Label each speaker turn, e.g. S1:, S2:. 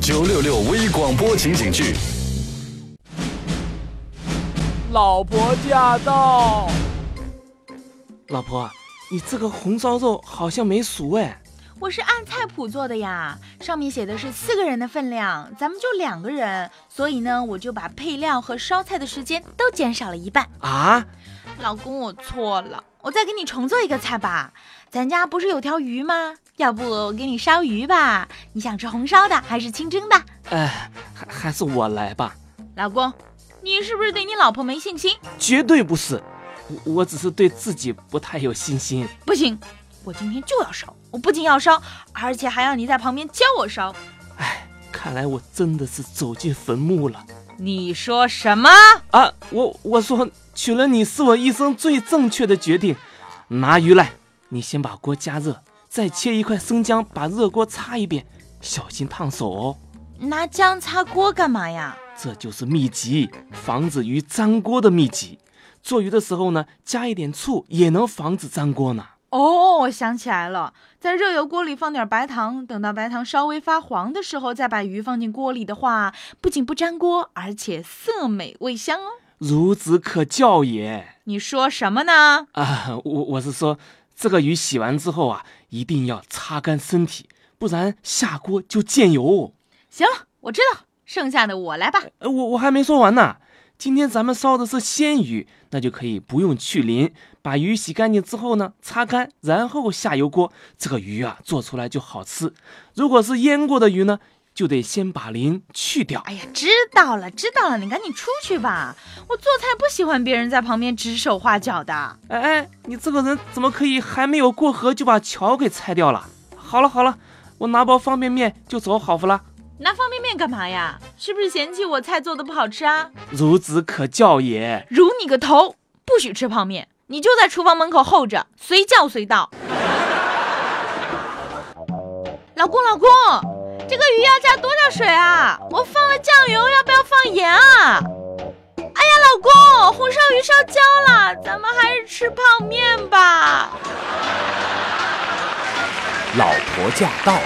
S1: 九六六微广播情景剧，
S2: 老婆驾到！
S3: 老婆，啊你这个红烧肉好像没熟哎。
S4: 我是按菜谱做的呀，上面写的是四个人的分量，咱们就两个人，所以呢，我就把配料和烧菜的时间都减少了一半。
S3: 啊，
S4: 老公，我错了，我再给你重做一个菜吧。咱家不是有条鱼吗？要不我给你烧鱼吧？你想吃红烧的还是清蒸的？
S3: 哎，还还是我来吧。
S4: 老公，你是不是对你老婆没信心？
S3: 绝对不是，我我只是对自己不太有信心。
S4: 不行，我今天就要烧，我不仅要烧，而且还要你在旁边教我烧。
S3: 哎，看来我真的是走进坟墓了
S4: 你说什么？
S3: 啊！我我说娶了你是我一生最正确的决定。拿鱼来，你先把锅加热，再切一块生姜，把热锅擦一遍，小心烫手哦。
S4: 拿姜擦锅干嘛呀？
S3: 这就是秘籍，防止鱼粘锅的秘籍。做鱼的时候呢，加一点醋也能防止粘锅呢。
S4: 哦，我想起来了，在热油锅里放点白糖，等到白糖稍微发黄的时候，再把鱼放进锅里的话，不仅不粘锅，而且色美味香哦。
S3: 孺子可教也
S4: 你说什么呢？
S3: 啊！我我是说，这个鱼洗完之后啊，一定要擦干身体，不然下锅就溅油。
S4: 行了，我知道，剩下的我来吧。
S3: 呃，我我还没说完呢。今天咱们烧的是鲜鱼，那就可以不用去鳞，把鱼洗干净之后呢，擦干，然后下油锅，这个鱼啊做出来就好吃。如果是腌过的鱼呢，就得先把鳞去掉。
S4: 哎呀，知道了，知道了，你赶紧出去吧。我做菜不喜欢别人在旁边指手画脚的。
S3: 哎哎，你这个人怎么可以还没有过河就把桥给拆掉了？好了好了，我拿包方便面就走好不啦？
S4: 拿方便面干嘛呀？是不是嫌弃我菜做的不好吃啊？
S3: 孺子可教也。
S4: 如你个头！不许吃泡面，你就在厨房门口候着，随叫随到。 老公，老公，这个鱼要加多少水啊？我放了酱油，要不要放盐啊？哎呀，老公，红烧鱼烧焦了，咱们还是吃泡面吧。
S1: 老婆驾到。